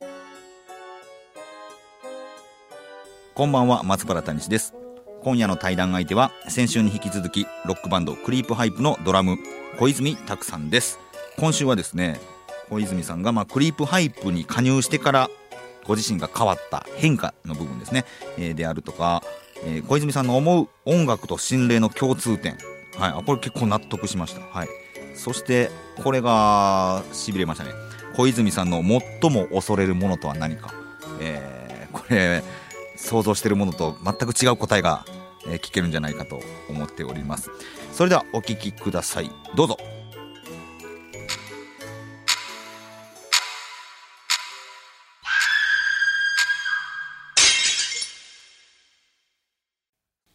うこんばんは、松原谷史です。今夜の対談相手は、先週に引き続き、ロックバンド、クリープハイプのドラム、小泉拓さんです。今週はですね、小泉さんが、まあ、クリープハイプに加入してから、ご自身が変わった変化の部分ですね、えーであるとか、えー小泉さんの思う音楽と心霊の共通点。はい、あ、これ結構納得しました。はい。そして、これが、痺れましたね。小泉さんの最も恐れるものとは何か。えーこれ、想像しているものと全く違う答えが、えー聞けるんじゃないかと思っておりますそれではお聞きくださいどうぞ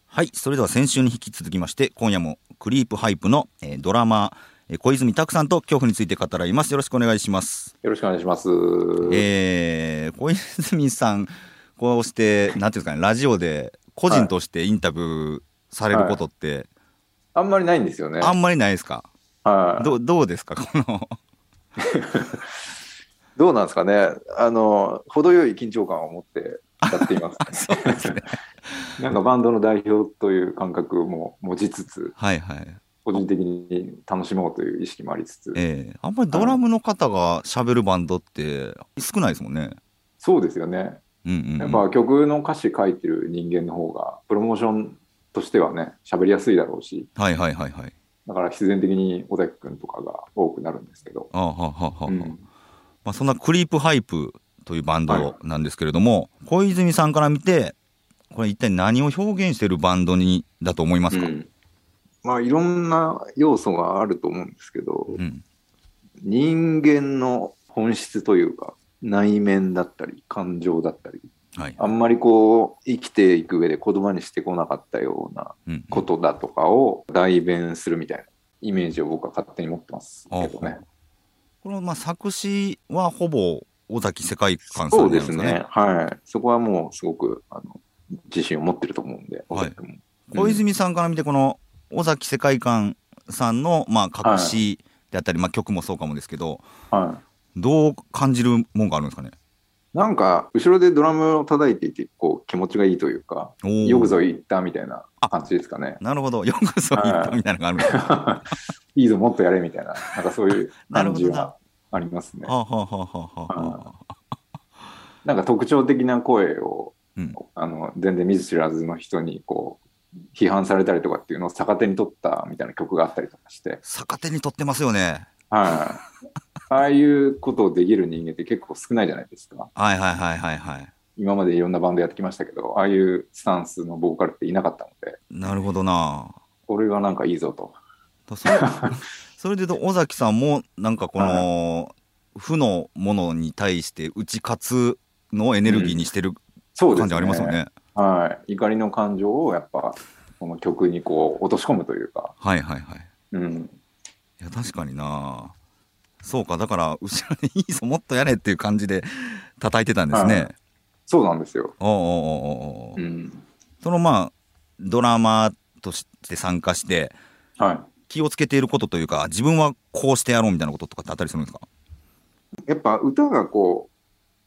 はいそれでは先週に引き続きまして今夜もクリープハイプの、えードラマーえー小泉拓さんと恐怖について語らいますよろしくお願いしますよろしくお願いします。えー小泉さん、こうして、なんていうんですかね、ラジオで個人としてインタビューされることって、あんまりないんですよね。あんまりないですか、はい、どどうどうですか、 この、うなんですかね。あの、程よい緊張感を持ってやっています。そうですね。なんかバンドの代表という感覚も持ちつつ、はいはい。個人的に楽しもうという意識もありつつ、えーあんまりドラムの方が喋るバンドって少ないですもんね。そうですよね。うんうん、やうっん。ぱ曲の歌詞書いてる人間の方が、プロモーションとしてはね、喋りやすいだろうし、はいはいはいはい。だから必然的に尾崎くんとかが多くなるんですけど。あーはーはーはーはーうんまあ、そんなクリープハイプというバンはいドなんですけれども、小泉さんから見て、これ一体何を表現してるバンドにだと思いますか、うんまあ、いろんな要素があると思うんですけど、うん人間の本質というか内面だったり感情だったりはいあんまりこう生きていく上で言葉にしてこなかったようなうんことだとかを代弁するみたいなイメージを僕は勝手に持ってますけどね。このまあ作詞はほぼ尾崎世界観さそんうにでなるんすですかね。はい。そこはもうすごくあの自信を持ってると思うんで、はい僕も小泉さんから見てこの尾崎世界観さんのまあ隠しであったり、まあ、曲もそうかもですけどはどう感じるもんがあるんですかねい。なんか後ろでドラムを叩いていてこう気持ちがいいというか、おーよくぞ行ったみたいな感じですかね。なるほどよくぞ言ったみたいなのがあるんですねいいぞ、もっとやれみたいな、なんかそういう なる感ほじどはなありますねは。あはあはあはあはあなんか特徴的な声を、うんあの全然見ず知らずの人にこう批判されたりとかっていうのを逆手に取ったみたいな曲があったりとかして、逆手に取ってますよねはい、ああいうことをできる人間って結構少ないじゃないですか。はいはいはいはいはい今までいろんなバンドやってきましたけど、ああいうスタンスのボーカルっていなかったので、なるほどなこれはなんかいいぞと。だそ れそれで言うと尾崎さんもなんかこの負のものに対して打ち勝つのをエネルギーにしてるそうです感ね。じありますよね。はい。怒りの感情をやっぱ、この曲にこう落とし込むというか、はいはいはい。うん、いや確かになそうかだから後ろでいいぞもっとやれっていう感じで叩いてたんですはねい。そうなんですよ。おうおうおうおうおううん。そのまあドラマーとして参加しては気をつけていることというか自分はこうしてやろうみたいなこととかってあったりするんですかい。やっぱ歌がこう、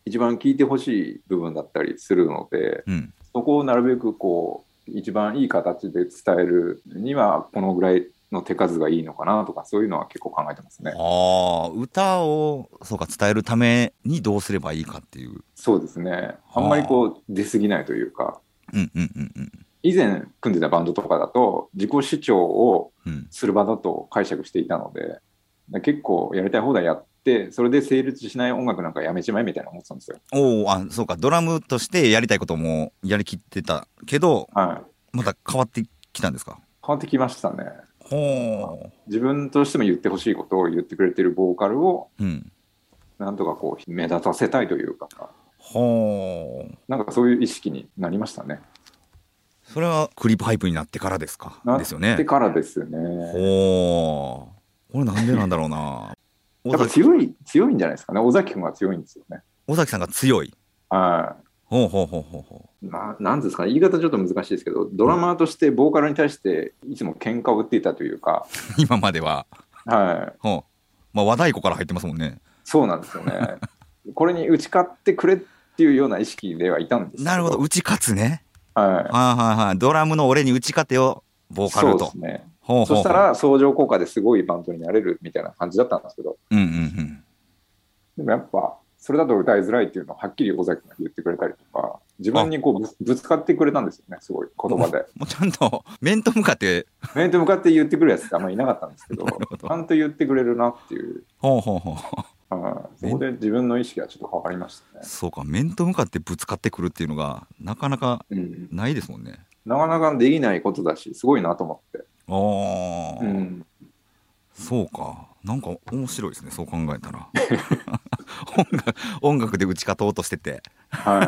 一番聴いてほしい部分だったりするので、うんそこをなるべくこう、一番いい形で伝えるには、このぐらいの手数がいいのかなとか、そういうのは結構考えてますね。ああ歌をそうか伝えるためにどうすればいいかっていう。そうですね。あんまりこう、出過ぎないというか、うんうんうんうん以前組んでたバンドとかだと、自己主張をうんする場だと解釈していたので、結構やりたい放題やって、それで成立しない音楽なんかやめちまえみたいな思ってたんですよ。おおあそうかドラムとしてやりたいこともやりきってたけどはい。また変わってきたんですか変わってきましたね。ほ自分としても言ってほしいことを言ってくれてるボーカルをううんなんとかこう目立たせたいというかほうなんかそういう意識になりましたね。それはクリープハイプになってからですかなですよねでからですよね。ほうこれなんでなんだろうな尾やっぱ崎強い、強いんじゃないですかね。尾崎君は強いんですよね。尾崎さんが強いはほうほうほうほう ほい。まあ、なんですかね。言い方ちょっと難しいですけど、ドラマーとしてボーカルに対していつも喧嘩を売っていたというか、う今までははい。ほうまあ和太鼓から入ってますもんねそうなんです よね。これに打ち勝ってくれっていうような意識ではいたんですけなるほど打ち勝つねははいはいはいドラムの俺に打ち勝てよボい。ーカルそうでとすね。ほうほそうほうしたら相乗効果ですごいバンドになれるみたいな感じだったんですけど、うんうんうんでもやっぱ、それだと歌いづらいっていうのをはっきり尾崎が言ってくれたりとか、自分にこうぶぶつかってくれたんですよね、すごい言葉で。もうちゃんと面と向かって面と向かって言ってくるやつってあんまりい なかったんですけど、ほどちゃんと言ってくれるなっていう、ほうほうほううんそこで自分の意識がちょっと変わりましたね。そうか面と向かってぶつかってくるっていうのがなかなかうん、ないですもんねなかなかできないことだし、すごいなと思って。ああ、うん、そうかなんか面白いですねそう考えたら音楽音楽で打ち勝とうとしてては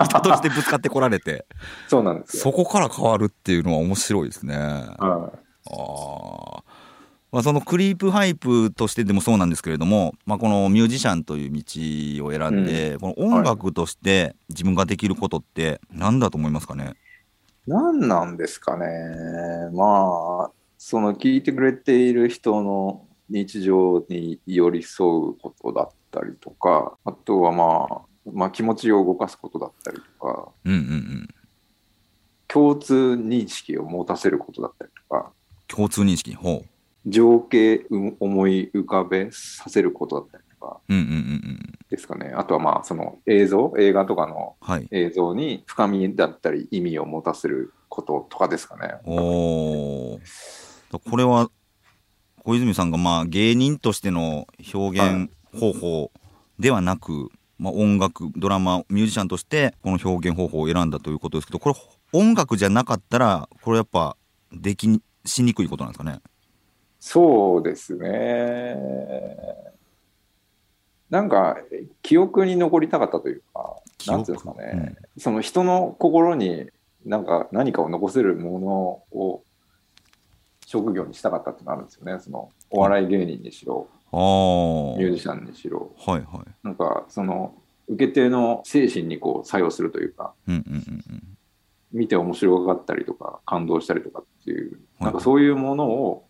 い、人としてぶつかってこられてそうなんですよ。そこから変わるっていうのは面白いですねあはあまあ、そのクリープハイプとしてでもそうなんですけれども、まあ、このミュージシャンという道を選んで、この音楽として自分ができることって何だと思いますかね、い、何なんですかね、まあ、その聞いてくれている人の日常に寄り添うことだったりとか、あとはまあ、まあ、気持ちを動かすことだったりとか、うんうんうん共通認識を持たせることだったりとか、共通認識ほ情景を思い浮かべさせることだったりとかううんうんうんうんですかね。あとはまあその映像、映画とかのはい映像に深みだったり意味を持たせることとかですかね。おーこれは小泉さんがまあ芸人としての表現方法ではなく、まあ、音楽ドラマミュージシャンとしてこの表現方法を選んだということですけどこれ音楽じゃなかったらこれやっぱできにしにくいことなんですかねそうですね。なんか記憶に残りたかったというか、記なん憶ていうんですかね、その人の心になんか何かを残せるものを職業にしたかったってのあるんですよね。そのお笑い芸人にしろ、うん、ああミュージシャンにしろ、はいはいなんかその受け手の精神にこう作用するというか、うんうんうんうん見て面白がったりとか感動したりとかっていう、はいなんかそういうものを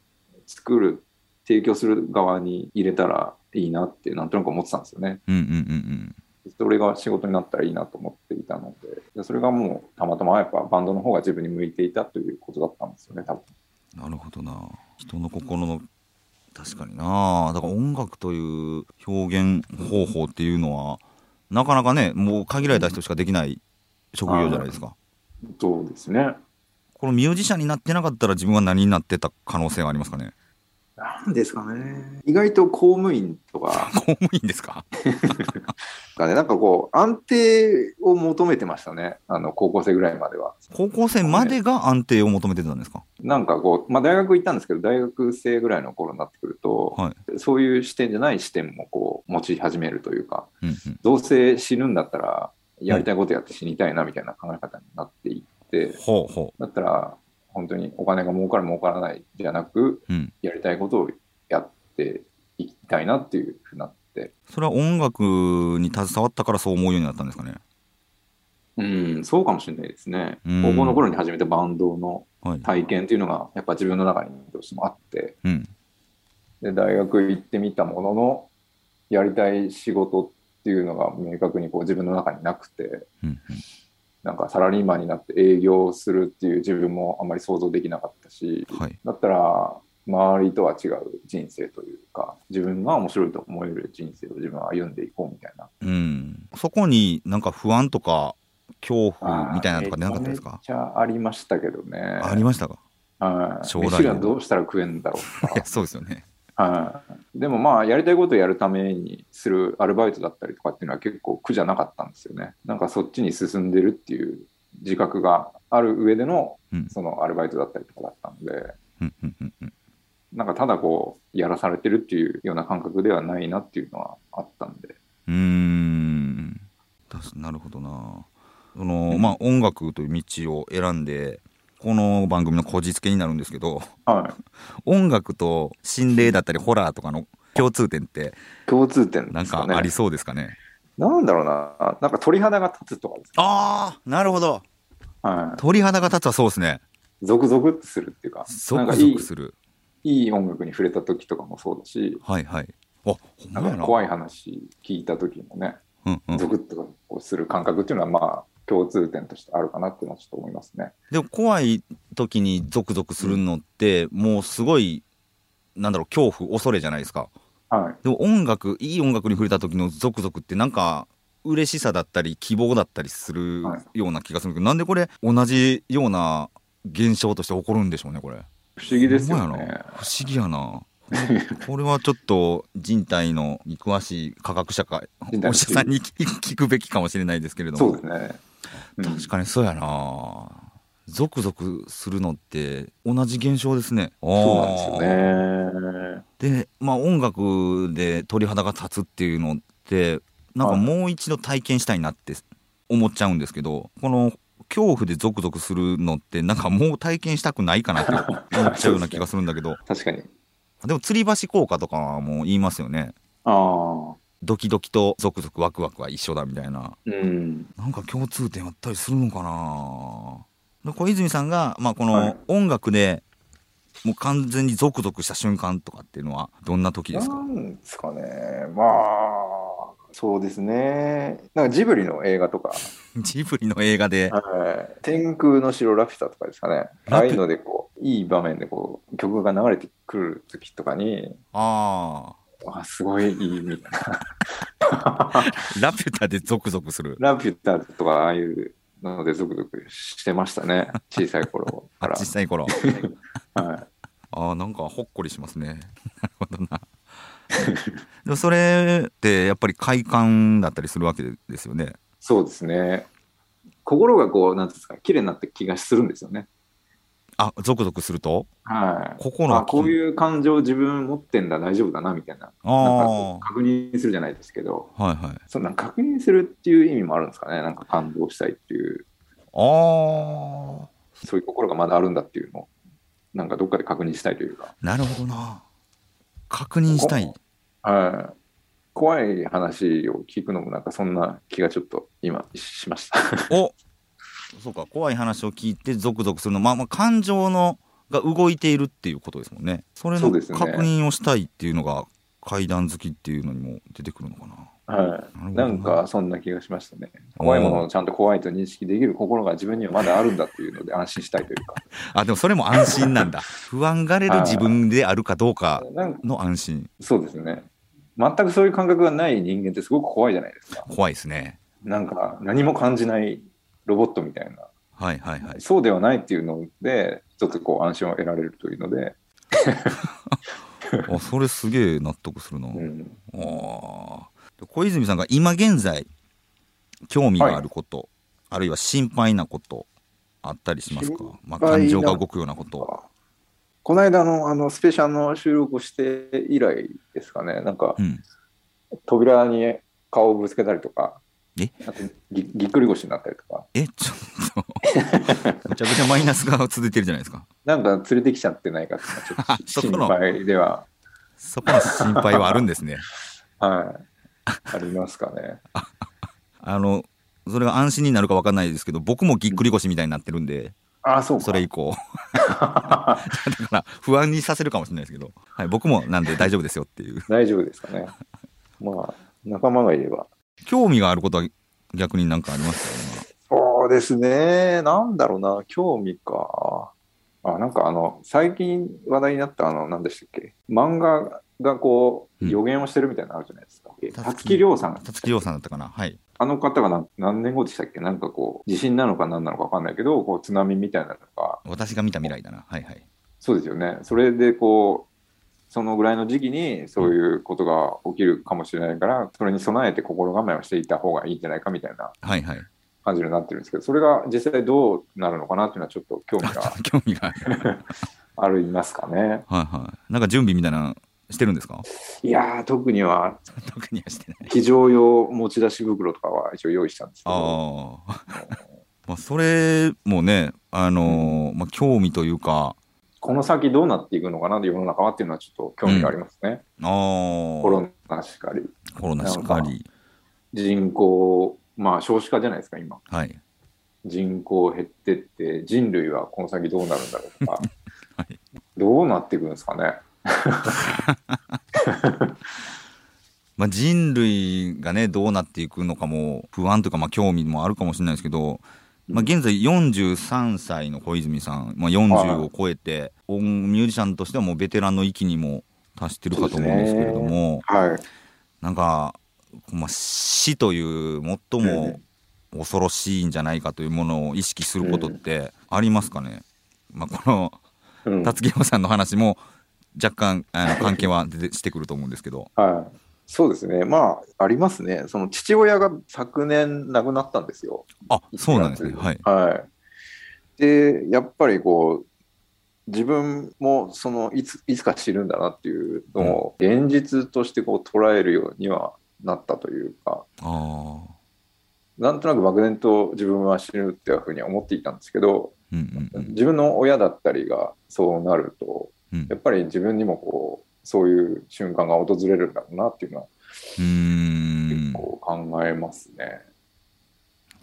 作る提供する側に入れたらいいなってなんとなく思ってたんですよねうんうんうんうんそれが仕事になったらいいなと思っていたのででそれがもうたまたまやっぱバンドの方が自分に向いていたということだったんですよね多分なるほどな人の心の確かになだから音楽という表現方法っていうのはなかなかねもう限られた人しかできない職業じゃないですかそうですねこのミュージシャンになってなかったら自分は何になってた可能性はありますか ねなんですかね意外と公務員とか公務員ですかがねなんかこう安定を求めてましたねあの高校生ぐらいまでは高校生までが安定を求めてたんですかなんかこう、まあ、大学行ったんですけど、大学生ぐらいの頃になってくると、はそういう視点じゃない視点もこう持ち始めるというか、うんうんどうせ死ぬんだったら、やりたいことやって死にたいなみたいな考え方になっていって、ほうほだったら、本当にお金が儲かる儲からないじゃなく、ううんやりたいことをやっていきたいなっていうふうになって、それは音楽に携わったからそう思うようになったんですかねうん、そうかもしれないですね。うん高校の頃に始めたバンドのはい、体験っていうのが、やっぱ自分の中にどうしてもあって、うんで大学行ってみたもののやりたい仕事っていうのが明確にこう自分の中になくてうんなんかサラリーマンになって営業するっていう自分もあまり想像できなかったしうん、はいだったら周りとは違う人生というか自分が面白いと思える人生を自分は歩んでいこうみたいなうん、そこになんか不安とか恐怖みたいなのとかなかったですめかちゃありましたけどねありましたかはい将来の飯がどうしたら食えんだろうとかいやそうですよねはい、でもまあやりたいことをやるためにするアルバイトだったりとかっていうのは結構苦じゃなかったんですよねなんかそっちに進んでるっていう自覚がある上でのうんそのアルバイトだったりとかだったのでうんうんうんうんなんかただこうやらされてるっていうような感覚ではないなっていうのはあったんでうーん確かなるほどなその、まあ音楽という道を選んでこの番組のこじつけになるんですけどは音楽と心霊だったりホラーとかの共通点ってい。共通点なでんすかかね。ありそうですかねなんだろうな。なんか鳥肌が立つとかですああなるほどか。は鳥肌が立つはそうですねい。ゾクゾクってするっていうか、ゾなんクかいゾいクするいい音楽に触れた時とかもそうだし、はいはいあほんなまんやかな怖い話聞いた時もね、うんうん、ゾクッとこうする感覚っていうのは、まあ、共通点としてあるかなっていうのはちょっと思いますね。でも怖い時にゾクゾクするのってもうすごいなんだろう恐怖恐れじゃないですかはい。でも音楽いい音楽に触れた時のゾクゾクってなんか嬉しさだったり希望だったりするはいような気がするけど、なんでこれ同じような現象として起こるんでしょうねこれ不思議ですほよんまやねな。不思議やなこれはちょっと人体のに詳しい科学者か人体おの医者さんに聞聞くべきかもしれないですけれどもそうですね。うん確かにそうやなゾクゾクするのって同じ現象ですねそうそなんですよね。すよねでまあ音楽で鳥肌が立つっていうのってなんかはいもう一度体験したいなって思っちゃうんですけどこの恐怖でゾクゾクするのってなんかもう体験したくないかなって思っちゃうような気がするんだけど確かに。でも吊り橋効果とかも言いますよねああ。ドキドキとゾクゾクワクワクは一緒だみたいなうん。なんか共通点あったりするのかなで小泉さんが、まあ、こはのい音楽でもう完全にゾクゾクした瞬間とかっていうのはどんな時ですなかんですかね。まあ、そうですね。なんかジブリの映画とか、ジブリの映画ではい天空の城ラピュタとかですかね。ラピュああいうので、こう、いい場面でこう、曲が流れてくる時とかに、ああすごいいいみたいな。ーラピュタでゾクゾクするラピュタとか、ああいうので、ゾクゾクしてまし たね。小さい頃あから小。さい頃はい あーなんかほっこりしますね なるほどなでもそれってやっぱり快感だったりするわけですよねそうですね。心がこう、なんていうんですか、綺麗になった気がするんですよね。あゾクゾクするとはい。ここのあこういう感情自分持ってんだ、大丈夫だな、みたいな。なんかこあう確認するじゃないですけど、あはいはいそんな確認するっていう意味もあるんですかね。なんか感動したいっていう、ああそういう心がまだあるんだっていうのを、なんかどっかで確認したいというか。なるほどな確認したいはい。怖い話を聞くのもなんかそんな気がちょっと今しました。 おそうか怖い話を聞いてゾクゾクするのまあまあ感情のが動いているっていうことですもんねそれのそう確ですね認をしたいっていうのが怪談好きっていうのにも出てくるのかなはなるほどい。なんかそんな気がしましたね。怖いものをちゃんと怖いと認識できる心が自分にはまだあるんだっていうので安心したいというか。あでもそれも安心なんだ 不安がれる自分であるかどうかなんかの安心そうですね。全くそういう感覚がない人間ってすごく怖いじゃないですか。怖いですねなんか何も感じないロボットみたいな、はいはいはいそうではないっていうので、ちょっとこう安心を得られるというので、あそれすげえ納得するな、うん、あー小泉さんが今現在興味があること、あるいは心配なことあったりしますか心、まあ、配な感情が動くようなことこの間のあのスペシャルの収録をして以来ですかね、なんかうん扉に顔をぶつけたりとかえ、あとぎぎっくり腰になったりとか、えちょっ とめちゃくちゃマイナスが続いてるじゃないですかなんか連れてきちゃってないかっていうのは ちょそっとこの心配では、そこの心配はあるんです ねはい、ありますかね。あのそれが安心になるか分かんないですけど僕もぎっくり腰みたいになってるんであ、そうか。それ以 降だから不安にさせるかもしれないですけど、はい、僕もなんで大丈夫ですよっていう大丈夫ですかね。まあ、仲間がいれば。興味があることは逆になんかありますか、ね、そうですね。なんだろうな。興味か。あ、なんかあの、最近話題になったあの、何でしたっけ。漫画がうこう、ん予言をしてるみたいなのあるじゃないですか。たたつつききりょうさんがたつきりょうさんだったかなはいあの方が何何年後でしたっけなんかこう、地震なのか何なのか分かんないけど、こう、津波みたいなのが、私が見た未来だなはいはいそうですよね。それでこう、そのぐらいの時期にそういうことが起きるかもしれないから、それに備えて心構えをしていた方がいいんじゃないかみたいなはいはい 感じになってるんですけど、それが実際どうなるのかなっていうのはちょっと興味あちょっがと興味があるありますかね。はいはいなんか準備みたいなのしてるんですか いやー、特には、特にはしてない。非常用持ち出し袋とかは一応用意したんですけど、ああ。 まあ、それもね、あのーまあ、興味というか、この先どうなっていくのかな、世の中はっていうのはちょっと興味がありますね。ああ、ココロナしかり、ロナしかり。人口、まあ少子化じゃないですか、今。はい。人口減ってって、人類はこの先どうなるんだろうとか は、どうなっていくんですかね。まあ、人類がね、どうなっていくのかも、不安というか、まあ、興味もあるかもしれないですけど、まあ、現在43歳の小泉さん、まあ、40を超えて、音ミュージシャンとしてはもうベテランの域にも達してるかと思うんですけれどそうですも、はい。なんか、まあ、死という最も恐ろしいんじゃないかというものを意識することってありますかね、まあ、このうん辰木山さんの話も若干あの関係は出てしてくると思うんですけど。はい。そうですね。まあ、ありますね。その父親が昨年亡くなったんですよ。あそうなんですね。はい。はい。で、やっぱりこう、自分もそのいついつか死ぬんだなっていうのを現実としてこう捉えるようにはなったというか、ああ。なんとなく漠然と自分は死ぬっていうふうには思っていたんですけど、うんうんうん自分の親だったりがそうなると、うんやっぱり自分にもこう、そういう瞬間が訪れるんだろうなっていうのはうー結ん。構考えますね。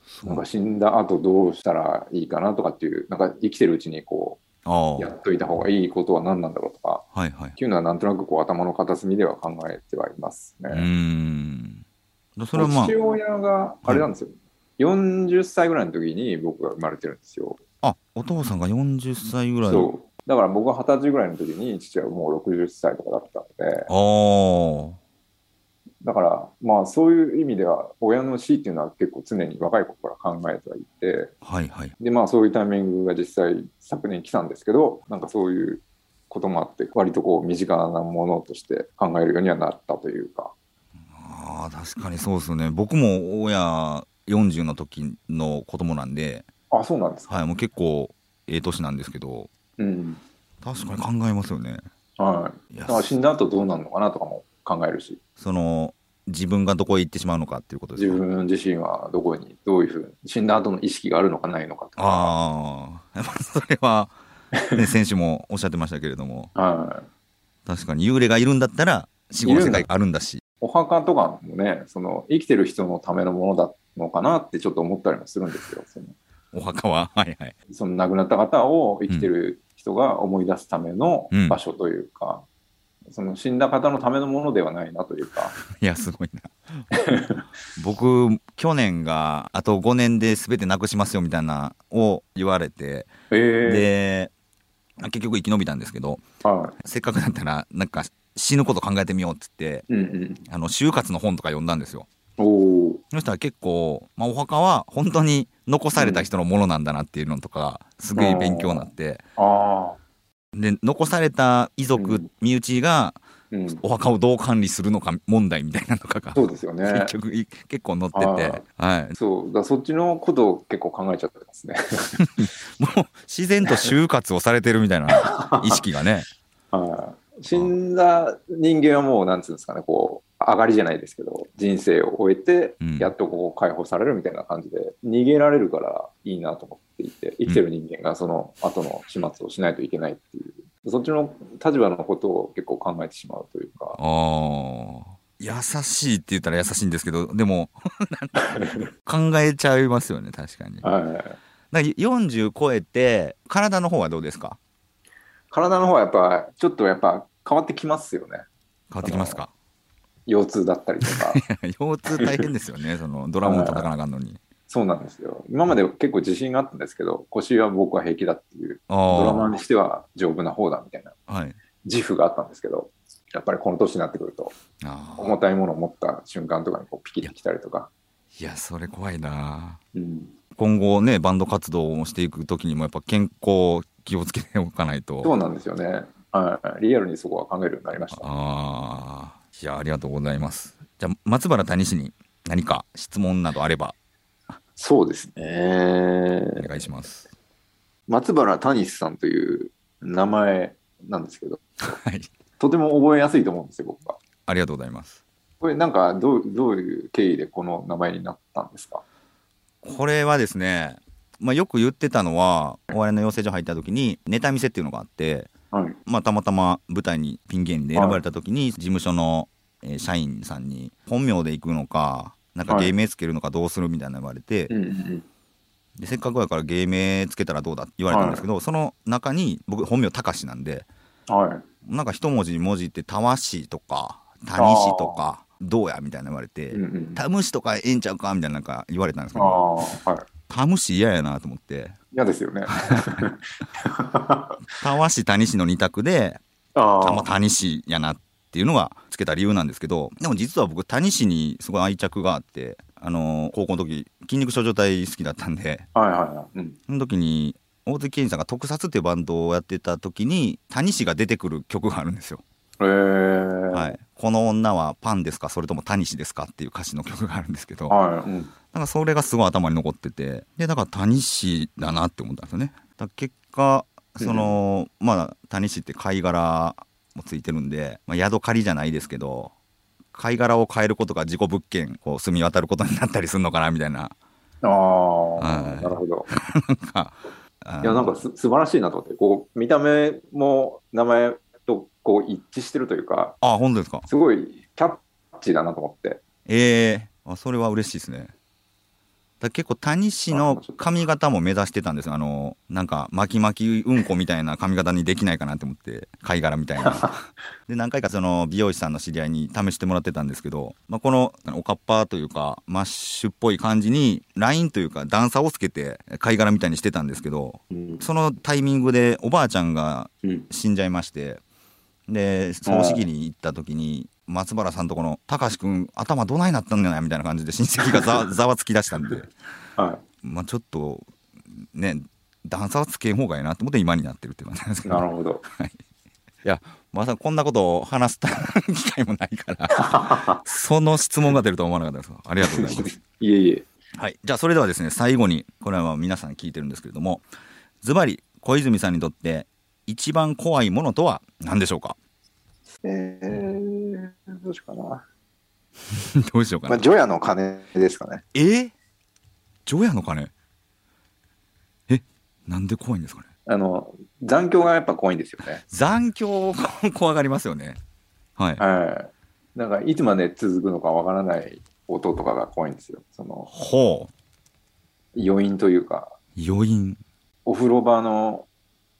そなんうか死んだ後どうしたらいいかなとかっていう、なんか生きてるうちにこあう、やーっといた方がいいことは何なんだろうとか、はいはいっ。ていうのはなんとなくこう頭の片隅では考えてはいますうーね。ん。それはま父親が、あれなんですよ、40歳ぐらいの時に僕が生まれてるんですよ。あ、あ、お父さんが40歳ぐらい。そう。だから僕が二十歳ぐらいの時に父はもう60歳とかだったので、あだからまあそういう意味では親の死っていうのは結構常に若い子から考えてはいて、あ。はいはい。でまあそういうタイミングが実際昨年来たんですけどなんかそういうこともあって割とこう身近なものとして考えるようにはなったというかああ、確かにそうですよね。僕も親40の時の子供なんで、あそうなんですかはい、もう結構ええ年なんですけど、うん確かに考えますよね。はいいだやから死んだ後どうなるのかなとかも考えるしその自分がどこへ行ってしまうのかっていうことです自か。分自身はどこにどういうふうに死んだ後の意識があるのかないのかとかああ、まあそれは、ね、先週もおっしゃってましたけれども、はい確かに幽霊がいるんだったら死後の世界があるんだし。お墓とかもねその生きてる人のためのものだのかなってちょっと思ったりもするんですよそのお墓は、 はいはい。その亡くなった方を生きてる人が思い出すための場所というか、その死んだ方のためのものではないなというか、いや、すごい な。僕、去年が、あと5年で全てなくしますよみたいなを言われて、えで、まあ結局生き延びたんですけど、ーはせっかくだったら、なんか死ぬこと考えてみようっつって、い、うんうん、あの、就活の本とか読んだんですよ。おおそしたら結構、まあ、お墓は本当に残された人のものなんだなっていうのとか、すごい勉強になって、ああ、で、残された遺う族ん、身内がうん、お墓をどう管理するのか問題みたいなのとかが、そうですよね結。局い結構載ってて、はい、そうだそっちのことを結構考えちゃってますね。 もう自然と就活をされてるみたい な意識がね。はい死んだ人間はもうなんつうんですかねこう上がりじゃないですけど人生を終えてうんやっとこう解放されるみたいな感じで逃げられるからいいなと思っていて生きてる人間がその後の始末をしないといけないっていうそっちの立場のことを結構考えてしまうというかあー優しいって言ったら優しいんですけど、で も、なんか考えちゃいますよね、確かに。だかはいら40超えて、体の方はどうですか体の方はやっぱちょっとやっぱ変わってきますよね変わってきますか腰痛だったりと か腰痛大変ですよね、そのドラムを叩かなあかんのに。そうなんですよ今まで結構自信があったんですけど腰は僕は平気だっていうあドラマーにしては丈夫な方だみたいなはい。自負があったんですけど、やっぱりこの年になってくると、あ重ーたいものを持った瞬間とかにこうピキッてきたりとか、いや、それ怖いな。うん、今後ね、バンド活動をしていくときにも、やっぱ健康気をつけておかないと。そうなんですよね、はい、リアルにそこは考えるようになりました。ああ、いや、ありがとうございます。じゃあ、松原谷氏に何か質問などあればそうですおね、願いします。松原谷さんという名前なんですけど、はい。とても覚えやすいと思うんですよ、僕は。ありがとうございます。これ、なんかどう、どういう経緯でこの名前になったんですかこれはですね、まあ、よく言ってたのはお笑いの養成所入った時にネタ見せっていうのがあって、はい。まあ、たまたま舞台にピン芸人で選ばれた時に事務所のえー社員さんに本名で行くのかなんかはい芸名つけるのかどうするみたいなの言われて、うんうんでせっかくやから芸名つけたらどうだって言われたんですけど、その中に僕本名たかしなんでうん。はい。なんか一文字文字って「たわし」とか「たにし」とか「どうや」みたいなの言われてうんう「ん。あたむし」とかええんちゃうかみたいななんか言われたんですけあ、どは「たむし」嫌やなと思ってい。嫌ですよね。あ「たわし」「たにし」の二択で「ああまあ、たにし」やなっていうのがつけた理由なんですけどでも実は僕「たにし」にすごい愛着があって、あのー高校の時筋肉症状体好きだったんではいはいはい。うん。その時に大関健二さんが「特撮」っていうバンドをやってた時に「谷氏」が出てくる曲があるんですよ。えー、ははい。い、この女はパンですかそれとも谷氏ですかっていう歌詞の曲があるんですけどはい。うん。なんかそれがすごい頭に残っててでだから谷氏だなって思ったんですよね。だから結果その、まあ谷氏って貝殻もついてるんで、まあ、宿借りじゃないですけど貝殻を変えることが事故物件を住み渡ることになったりするのかなみたいな。あはあ、いなるほど。あいや、なんかす素晴らしいなと思って、こう、見た目も名前とこう一致してるというか、あ本当ですかすごいキャッチだなと思って。ええあそれは嬉しいですね。だ結構谷氏の髪型も目指してたんですよあのなんか巻き巻きうんこみたいな髪型にできないかなって思って貝殻みたいなで何回かその美容師さんの知り合いに試してもらってたんですけど、まあ、このおかっぱというかマッシュっぽい感じにラインというか段差をつけて貝殻みたいにしてたんですけどうん。そのタイミングでおばあちゃんがうん。死んじゃいましてで葬式に行った時に松原さんとこの「貴司君頭どないなったんじゃない?」みたいな感じで親戚が ざざわつき出したんで、はまあ、ちょっとね段差はつけん方がいいなと思って今になってるって感じなんですい。けどなるほど。まさかこんなことを話す機会もないからその質問が出るとは思わなかったですありがとうござい ます。いえいえ。はい、じゃあそれではですね最後にこれは皆さん聞いてるんですけれどもズバリ小泉さんにとって一番怖いものとは何でしょうか えー、どうしようかな。どうしようかなまあ、除夜の鐘ですかね。えー、ジョヤの鐘えなんで怖いんですかねあの、残響がやっぱ怖いんですよね。残響を 怖がりますよねはいはい。なんか、いつまで続くのかわからない音とかが怖いんですよ。その、ほう余韻というか、余韻お風呂場の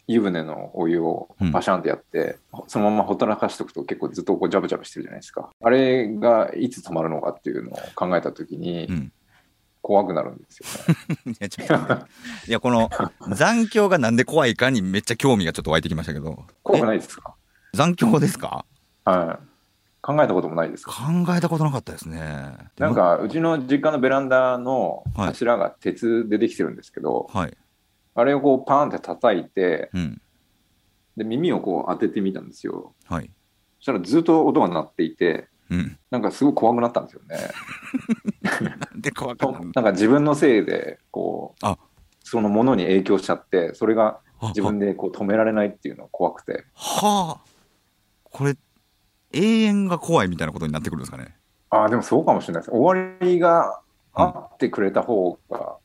湯船のお湯をパシャンってやって、そのままほったらかしとくと結構ずっとこうジャブジャブしてるじゃないですかあれがいつ止まるのかっていうのを考えた時にうん怖くなるんです よ、ねいやちょっと待って いやこの残響がなんで怖いかにめっちゃ興味がちょっと湧いてきましたけど怖くないですかえ残響ですかはい考えたこともないですか考えたことなかったですねなんかうちの実家のベランダのはい柱が鉄でできてるんですけど、はいあれをこうパーンって叩いてうんで耳をこう当ててみたんですよはいそしたらずっと音が鳴っていてうんなんかすごい怖くなったんですよねなんで怖かっとたのなんか自分のせいでこうあそのものに影響しちゃってそれがあ自分でこう止められないっていうのが怖くてはあこれ永遠が怖いみたいなことになってくるんですかねああでもそうかもしれないです終わりがあってくれた方が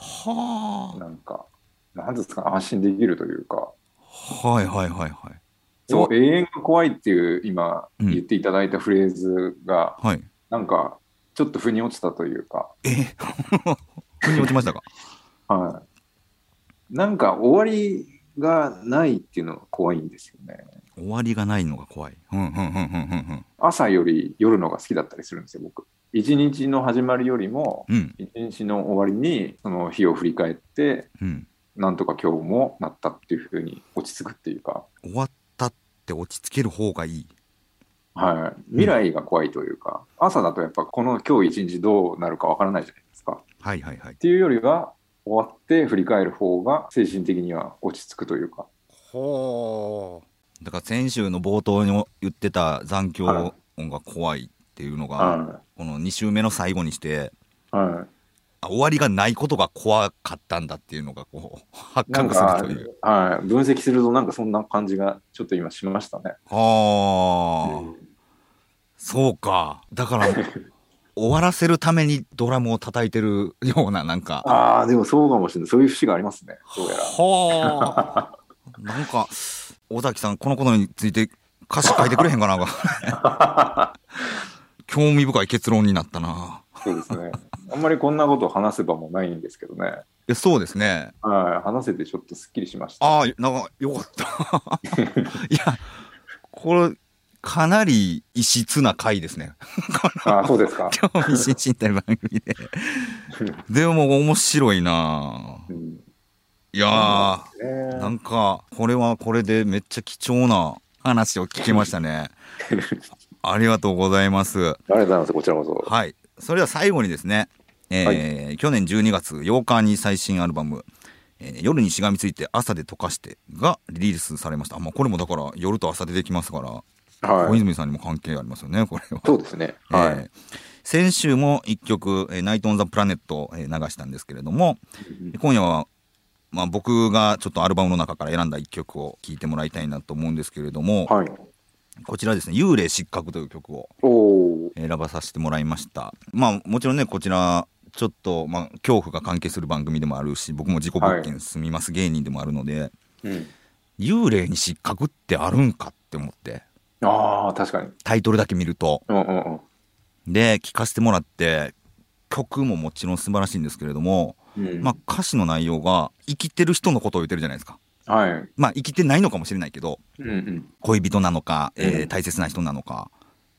はあなんか何ですか安心できるというかはいはいはいはい。そう永遠が怖いっていう今うん言っていただいたフレーズがはい。なんかちょっと腑に落ちたというか、え 腑に落ちましたか。はい、なんか終わりがないっていうのが怖いんですよね終わりがないのが怖い。うんうんうんうんうんうん。朝より夜のが好きだったりするんですよ僕一日の始まりよりもうん一日の終わりにその日を振り返ってうん。なんとか今日もなったっていうふうに落ち着くっていうか、終わったって落ち着ける方がいい。はい、未来が怖いというか、朝だとやっぱこの今日一日どうなるかわからないじゃないですかっはいはいはい。ていうよりは終わって振り返る方が精神的には落ち着くというかほう。だから先週の冒頭にも言ってた残響は音が怖いっていうのが、はこの2週目の最後にして、い、はあ終わりがないことが怖かったんだっていうのがこう発なん覚すかるという。、はい、分析するとなんかそんな感じがちょっと今しましたね。ああ、うんそうか。だから終わらせるためにドラムを叩いてるようななんか。ああ、でもそうかもしれない。そういう節がありますね。どうやら。はあ。なんか、尾崎さん、このことについて歌詞書いてくれへんかな 興味深い結論になったな。そうですね。あんまりこんなことを話せばもないんですけどね。えそうですね。はい、話せてちょっとすっきりしました。ああ、なんか、よかった。 いや、これ、かなり異質な回です ね。ああ、そうです か。興味津々たる番組で。でも、面白いな。うんいやえー、ーなんか、これはこれでめっちゃ貴重な話を聞けましたね。 ありがとうございます。ありがとうございます。こちらこそ。はい。それでは最後にですね、えー去年12月8日に最新アルバム、えー夜にしがみついて朝で溶かしてがリリースされました。あまあ、これもだから夜と朝でできますから、小はい。泉さんにも関係ありますよね、これは。そうですね。はい。えー先週も1曲「ナイト・オン・ザ・プラネット」をえー流したんですけれども今夜は、まあ、僕がちょっとアルバムの中から選んだ1曲を聴いてもらいたいなと思うんですけれども、はい。こちらですね「幽霊失格」という曲をおお。選ばさせてもらいましたまあもちろんねこちらちょっと、まあ、恐怖が関係する番組でもあるし僕も自己物件住みます芸人でもあるので、うん、幽霊に失格ってあるんかって思ってああ、確かに。タイトルだけ見るとうんうんうん。で聴かせてもらって曲ももちろん素晴らしいんですけれども、うんまあ、歌詞の内容が生きてる人のことを言ってるじゃないですかはい。まあ生きてないのかもしれないけどうんうん。恋人なのか、えーうん大切な人なのか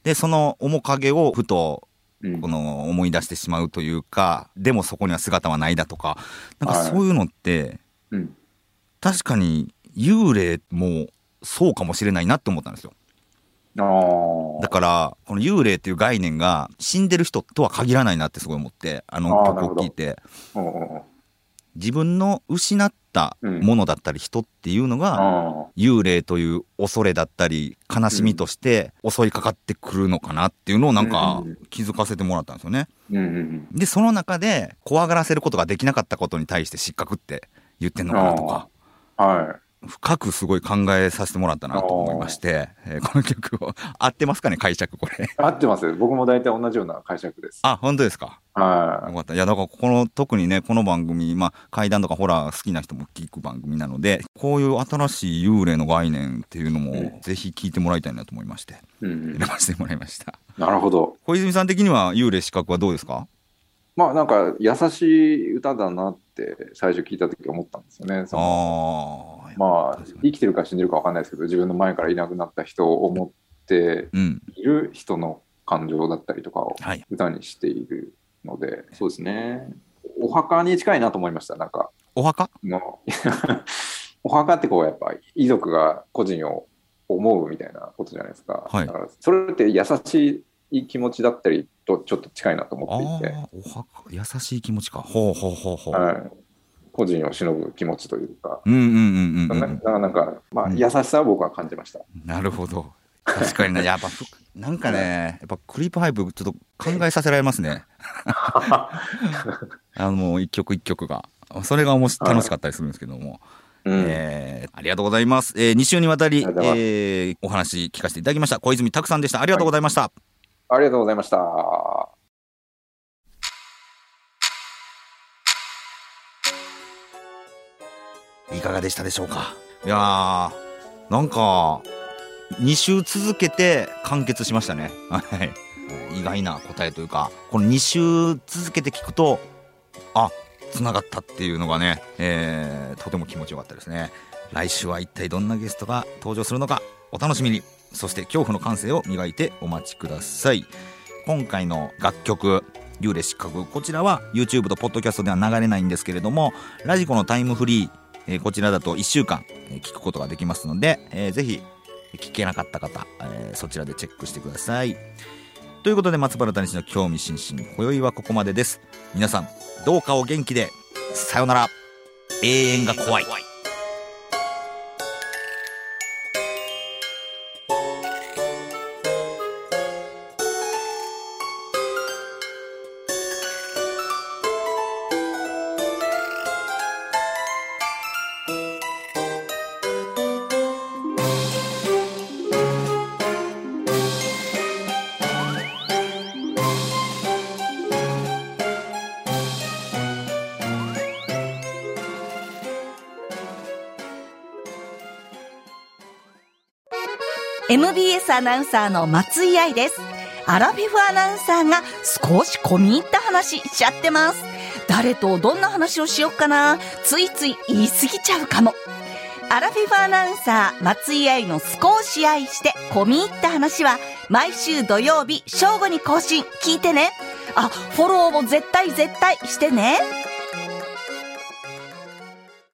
でその面影をふとうんこの思い出してしまうというかでもそこには姿はないだとかなんかはいそういうのってうん。確かに幽霊もそうかもしれないなって思ったんですよああ。だからこの幽霊っていう概念が死んでる人とは限らないなってすごい思ってあのあー曲なるほをど聴いてうんうんうん自分の失ったものだったり人っていうのがあ幽霊という恐れだったり悲しみとして襲いかかってくるのかなっていうのをなんかうん気づかせてもらったんですよね。ーうんうんでその中で怖がらせることができなかったことに対して失格って言ってんのかなとかうん。はい。深くすごい考えさせてもらったなと思いまして、えーこの曲を合ってますかね解釈これ合ってます。僕も大体同じような解釈です。あ本当ですかはよかったいやだからこの特にねこの番組まあ怪談とかホラー好きな人も聞く番組なのでこういう新しい幽霊の概念っていうのうんもぜひ聞いてもらいたいなと思いましてい。うんうん選。ばせてもらいましたなるほど。小泉さん的には幽霊資格はどうですかまあなんか優しい歌だなって最初聞いた時思ったんですよね。そのああまあ確かに生きてるか死んでるかわかんないですけど自分の前からいなくなった人を思ってうんいる人の感情だったりとかをはい歌にしているのでそうですねお墓に近いなと思いましたなんかお墓の お墓ってこうやっぱ遺族が個人を思うみたいなことじゃないですか、はいだからそれって優しい気持ちだったりとちょっと近いなとああ思っていて。ーお墓優しい気持ちかほうほうほうほう、はい、個人を忍ぶ気持ちというか、うんうんうんうん、うななんん、かなんか、まうあ、ん優しさは僕は感じました。なるほど確かになやっぱふなんかねやっぱクリープハイプちょっと考えさせられます ねあの一曲一曲がそれがおもしはい楽しかったりするんですけども、うんえーありがとうございます、え2週にわたりありがとうございますえーお話聞かせていただきました小泉拓さんでしたありがとうございました、ありがとうございました。い、かがでしたでしょうかいやーなんか2週続けて完結しましたね はい意外な答えというかこの2週続けて聞くとあつながったっていうのがね、えーとても気持ちよかったですね来週は一体どんなゲストが登場するのかお楽しみにそして恐怖の感性を磨いてお待ちください今回の楽曲「幽霊失格」こちらは YouTube と Podcast では流れないんですけれどもラジコのタイムフリー、えーこちらだと1週間、えー聞くことができますので、えーぜひ聞けなかった方、えーそちらでチェックしてくださいということで松原谷氏の興味津々今宵はここまでです皆さんどうかお元気でさようなら永遠が怖い MBS アナウンサーの松井愛です。アラフィフアナウンサーが少し込み入った話しちゃってます。誰とどんな話をしよっかな。ついつい言い過ぎちゃうかも。アラフィフアナウンサー松井愛の少し愛して込み入った話は毎週土曜日正午に更新聞いてね。あ、フォローも絶対絶対してね。